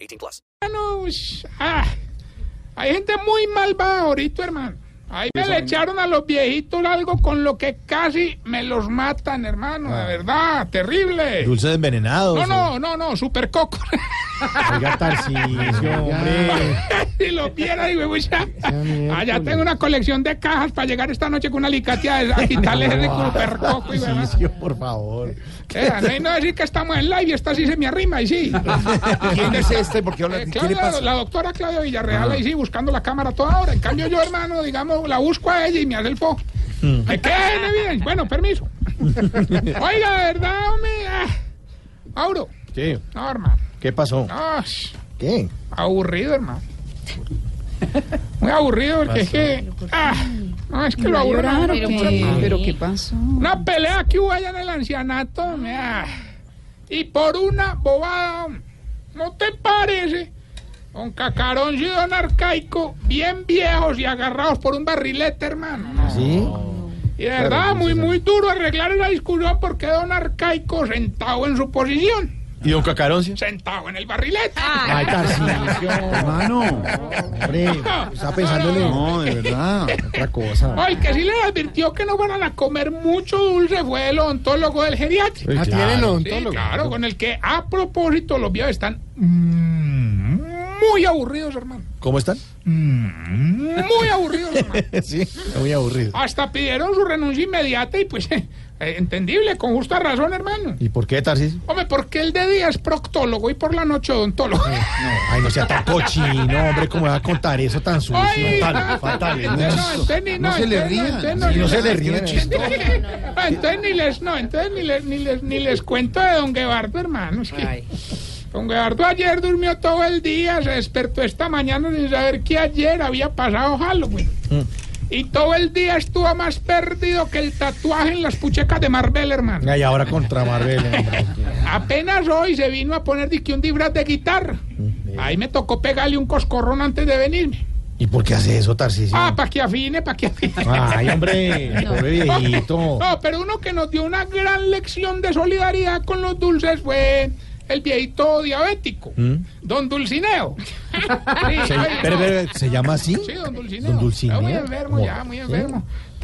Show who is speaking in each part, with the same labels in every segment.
Speaker 1: 18 plus.
Speaker 2: hermanos. Ah, hay gente muy malvada ahorita, hermano. Ahí me le echaron a los viejitos algo con lo que casi me los matan, hermano. De verdad, terrible.
Speaker 3: Dulces envenenados.
Speaker 2: No, no, no, no, super coco.
Speaker 3: Oiga, Tarcisio, hombre.
Speaker 2: si lo viera, digo, "Pucha". Allá tengo una colección de cajas para llegar esta noche con una alicatia a quitarle ese super coco. Y demás.
Speaker 3: Tarcisio, por favor.
Speaker 2: Esa, no hay no decir que estamos en live y esta sí se me arrima, y sí.
Speaker 3: ¿Quién es este? Porque habla...
Speaker 2: Eh,
Speaker 3: ¿Qué le
Speaker 2: Claudia,
Speaker 3: pasa? Ah.
Speaker 2: la doctora Claudia Villarreal ahí sí buscando la cámara toda hora. En cambio yo, hermano, digamos, la busco a ella y me hace el fo.
Speaker 3: Mm.
Speaker 2: ¿De qué? Nevi? Bueno, permiso. Oiga, de verdad, hombre. ah. Mauro.
Speaker 3: Sí,
Speaker 2: No, hermano.
Speaker 3: ¿Qué pasó?
Speaker 2: No, sh-
Speaker 3: ¿Qué?
Speaker 2: aburrido, hermano. Muy aburrido porque es que... ah, no, es que lo aburro.
Speaker 4: Claro
Speaker 2: hermano.
Speaker 4: que- Pero qué pasó.
Speaker 2: Una pelea que hubo allá en el ancianato. hombre, ah. Y por una bobada, hombre. ¿no te parece? Con Cacarón y Don Arcaico, bien viejos y agarrados por un barrilete, hermano. ¿no?
Speaker 3: ¿Sí?
Speaker 2: Y de verdad, muy, muy duro arreglar la discusión porque Don Arcaico sentado en su posición,
Speaker 3: ¿Y don Cacaroncio?
Speaker 2: sentado en el barrilete.
Speaker 3: Ay, Tarcisio. Hermano. Hombre, está pensándole. No, de verdad. Ah, Otra cosa.
Speaker 2: Ay, que sí le advirtió que no fueran a comer mucho dulce fue el ontólogo del geriátrico.
Speaker 3: Ah, tiene el
Speaker 2: Sí, claro, con el que a propósito los viejos están mm, muy aburridos, hermano.
Speaker 3: ¿Cómo están?
Speaker 2: Muy aburridos, hermano.
Speaker 3: Sí, está muy aburrido.
Speaker 2: Hasta pidieron su renuncia inmediata y pues eh, entendible, con justa razón, hermano.
Speaker 3: ¿Y por qué, Tarcisio?
Speaker 2: Hombre, ¿por qué el de día es proctólogo y por la noche odontólogo?
Speaker 3: Ay, no sea tan cochino, hombre. ¿Cómo va a contar eso tan sucio?
Speaker 2: Ay,
Speaker 3: Fatal, fatal.
Speaker 2: entonces no, entonces ni- no, entonces no, entonces no,
Speaker 3: Sí, no se le
Speaker 2: entonces-
Speaker 3: ríen.
Speaker 2: Ah, Entonces ni les, no, entonces ni les, ni les, ni les cuento de don Guevardo, hermano. es que Don Guevardo ayer durmió todo el día, se despertó esta mañana sin saber que ayer había pasado Halloween.
Speaker 3: Mm.
Speaker 2: Y todo el día estuvo más perdido que el tatuaje en las puchecas de Marvel, hermano.
Speaker 3: Ay, ahora contra Marvel, hombre.
Speaker 2: Apenas hoy se vino a poner de que un disfraz de guitarra.
Speaker 3: Mm.
Speaker 2: Ahí me tocó pegarle un coscorrón antes de venirme.
Speaker 3: ¿Y por qué hace eso, Tarcisio?
Speaker 2: Ah, para que afine, para que afine.
Speaker 3: Ay, hombre, pobre viejito.
Speaker 2: No, pero uno que nos dio una gran lección de solidaridad con los dulces fue el viejito diabético,
Speaker 3: ¿Mm?
Speaker 2: don Dulcineo. Sí, oye,
Speaker 3: Se,
Speaker 2: no.
Speaker 3: pero, pero, ¿se llama así?
Speaker 2: Sí, don Dulcineo.
Speaker 3: Don Dulcineo.
Speaker 2: Está muy enfermo
Speaker 3: ¿Cómo?
Speaker 2: ya, muy
Speaker 3: ¿Sí?
Speaker 2: enfermo.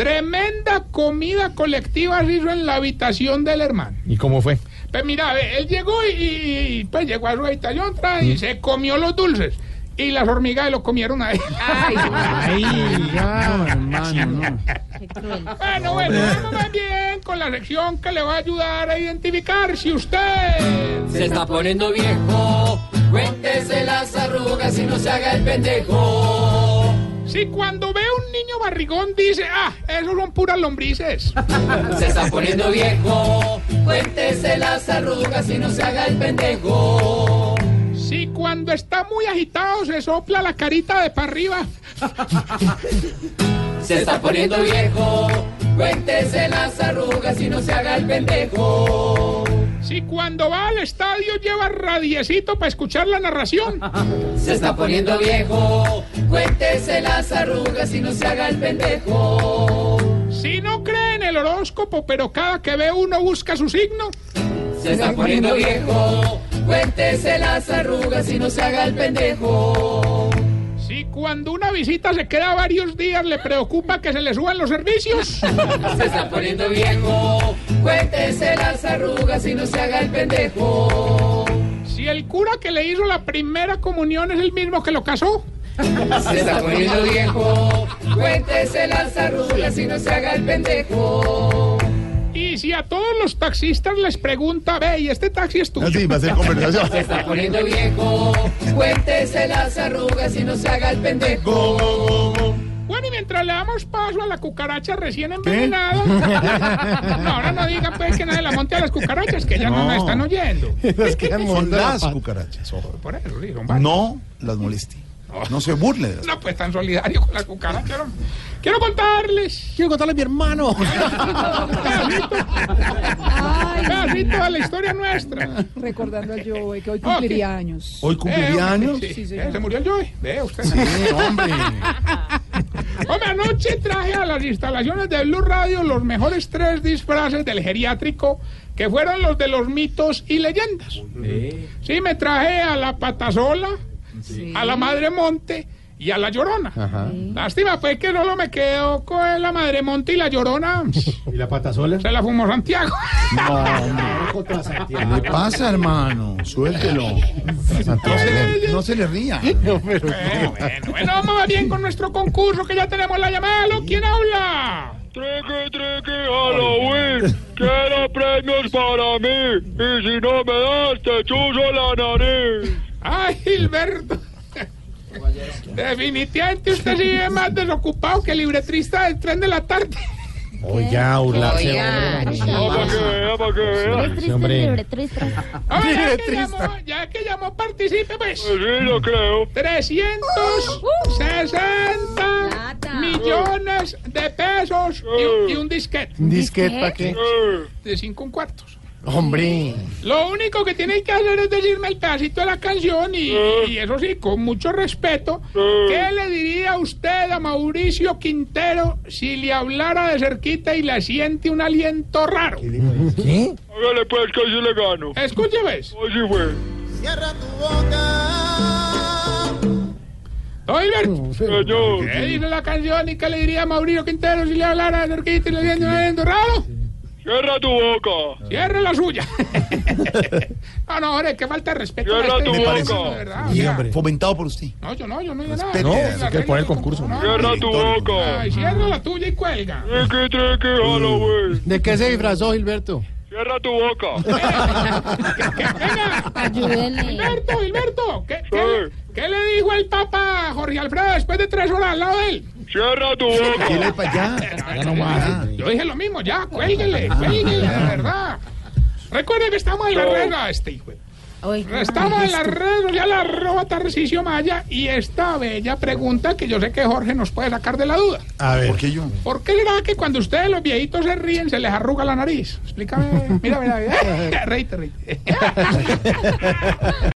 Speaker 2: Tremenda comida colectiva se hizo en la habitación del hermano.
Speaker 3: ¿Y cómo fue?
Speaker 2: Pues mira, ve, él llegó y, y- y, pues llegó a su habitación tra- y se comió los dulces. Y las hormigas lo comieron a él.
Speaker 3: Ay, ya, hermano.
Speaker 2: Bueno, bueno, vamos más bien con la sección que le va a ayudar a identificar si usted...
Speaker 5: Se está poniendo viejo, cuéntese las arrugas y no se haga el pendejo.
Speaker 2: Si cuando ve a un niño barrigón dice, ah, esos son puras lombrices.
Speaker 5: Se está poniendo viejo, cuéntese las arrugas y no se haga el pendejo.
Speaker 2: Si cuando está muy agitado se sopla la carita de para arriba.
Speaker 5: Se está poniendo viejo, cuéntese las arrugas y no se haga el pendejo.
Speaker 2: Si cuando va al estadio lleva radiecito para escuchar la narración.
Speaker 5: Se está poniendo viejo, cuéntese las arrugas y no se haga el pendejo.
Speaker 2: Si no cree en el horóscopo, pero cada que ve uno busca su signo.
Speaker 5: Se está poniendo viejo, cuéntese las arrugas y no se haga el pendejo.
Speaker 2: Si cuando una visita se queda varios días le preocupa que se le suban los servicios.
Speaker 5: Se está poniendo viejo, cuéntese las arrugas y no se haga el pendejo.
Speaker 2: Si el cura que le hizo la primera comunión es el mismo que lo casó.
Speaker 5: Se está poniendo viejo, cuéntese las arrugas y no se haga el pendejo.
Speaker 2: Y si a todos los taxistas les pregunta, ve, ¿y este taxi es tuyo?
Speaker 3: Así va a ser conversación.
Speaker 5: Se está poniendo viejo, cuéntese las arrugas y no se haga el pendejo.
Speaker 2: Bueno, y mientras le damos paso a la cucaracha recién envenenada. No, ahora no digan pues que nadie la monte a las cucarachas, que ya no,
Speaker 4: No.
Speaker 2: nos están oyendo.
Speaker 4: Las que
Speaker 3: Son
Speaker 4: son
Speaker 3: de la
Speaker 4: las
Speaker 3: pata.
Speaker 4: cucarachas. ojo.
Speaker 2: Por eso digo, vale.
Speaker 4: No las moleste. No se burle de las
Speaker 2: No, pues tan solidario con las cucarachas. hombre. Quiero contarles
Speaker 3: Quiero contarle a mi hermano.
Speaker 2: un pedacito, un pedacito de la historia nuestra.
Speaker 5: Recordando al Joey que hoy cumpliría años.
Speaker 4: Hoy
Speaker 2: Eh,
Speaker 4: cumpliría
Speaker 2: hombre,
Speaker 4: años.
Speaker 2: sí,
Speaker 5: Sí,
Speaker 2: eh,
Speaker 5: señor.
Speaker 2: se murió el Joey. Ve usted.
Speaker 4: Sí, hombre.
Speaker 2: Hombre, anoche traje a las instalaciones de Blue Radio los mejores tres disfraces del geriátrico que fueron los de los mitos y leyendas. Sí, me traje a la patasola, a la madre monte y a la llorona. Lástima, pues que solo me quedo con la madre monte y la llorona.
Speaker 3: ¿Y la patasola?
Speaker 2: Se la fumó Santiago.
Speaker 4: No, Ah, hombre. ¿Qué le pasa, hermano? Suéltelo. No se le, no se le ría.
Speaker 2: bueno, bueno, bueno, vamos a bien con nuestro concurso que ya tenemos la llamada. ¿Aló? ¿Quién habla?
Speaker 6: Triqui, triqui, Halloween. Quiero premios para mí. Y si no me das, te chuzo la nariz.
Speaker 2: Ay, Gilberto. Definitivamente usted sigue más desocupado que libretrista del tren de la tarde.
Speaker 3: Oiga, burlarse.
Speaker 6: Ah, para que vea, para que vea.
Speaker 3: Sí, hombre.
Speaker 2: A ver, Ah, ya, que llamó, ya que llamó, participe, pues.
Speaker 6: Pues sí, lo creo.
Speaker 2: 360 millones de pesos y,
Speaker 6: Uh.
Speaker 2: un- y un disquete
Speaker 3: Disquet, ¿para qué?
Speaker 6: Eh,
Speaker 2: de 5 cuartos.
Speaker 3: Hombre.
Speaker 2: Lo único que tienen que hacer es decirme el pedacito de la canción y,
Speaker 6: Uh.
Speaker 2: y eso sí, con mucho respeto, ¿qué le diría usted a Mauricio Quintero si le hablara de cerquita y le siente un aliento raro?
Speaker 3: ¿Qué?
Speaker 6: Hágale pues que si le gano.
Speaker 2: Escúcheme,
Speaker 6: Hoy sí fue.
Speaker 2: don Gilberto,
Speaker 6: Señor.
Speaker 2: ¿qué dice la canción y qué le diría a Mauricio Quintero si le hablara de cerquita y le siente un aliento raro?
Speaker 6: Cierra tu boca.
Speaker 2: Cierre la suya. no, no, hombre, que falta de respeto. a
Speaker 6: Cierra
Speaker 2: este
Speaker 6: tu
Speaker 2: hombre,
Speaker 6: boca.
Speaker 2: de verdad, o
Speaker 4: Y,
Speaker 2: sea,
Speaker 4: hombre, Fomentado por usted.
Speaker 2: No, yo no, yo no digo nada.
Speaker 4: Respete,
Speaker 2: Yo
Speaker 4: así
Speaker 2: la
Speaker 4: que
Speaker 2: regla
Speaker 4: fue el
Speaker 2: del
Speaker 4: concurso,
Speaker 2: concurso.
Speaker 4: hombre.
Speaker 6: Cierra tu boca.
Speaker 2: Ay, cierra la tuya y cuelga.
Speaker 6: Triqui, triqui, Halloween.
Speaker 3: ¿De qué se disfrazó Gilberto?
Speaker 6: Cierra tu boca.
Speaker 2: Venga. Gilberto, Gilberto, ¿qué, qué,
Speaker 6: Sí.
Speaker 2: qué le dijo el Papa a Jorge Alfredo después de tres horas al lado de él?
Speaker 6: Cierra tu boca.
Speaker 4: Dele para allá.
Speaker 2: Ay, Yo dije lo mismo, ya, cuélguele, cuélguele, de verdad. Recuerden que estamos en la
Speaker 6: No.
Speaker 2: red, a este hijo. de- Estamos en la red, ya la arroba Tarcisio Maya y esta bella pregunta que yo sé que Jorge nos puede sacar de la duda.
Speaker 3: A ver.
Speaker 4: ¿Por qué yo?
Speaker 2: ¿Por qué será que cuando ustedes los viejitos se ríen se les arruga la nariz? Explícame. Mira, mira, mira. Reíte, reíte.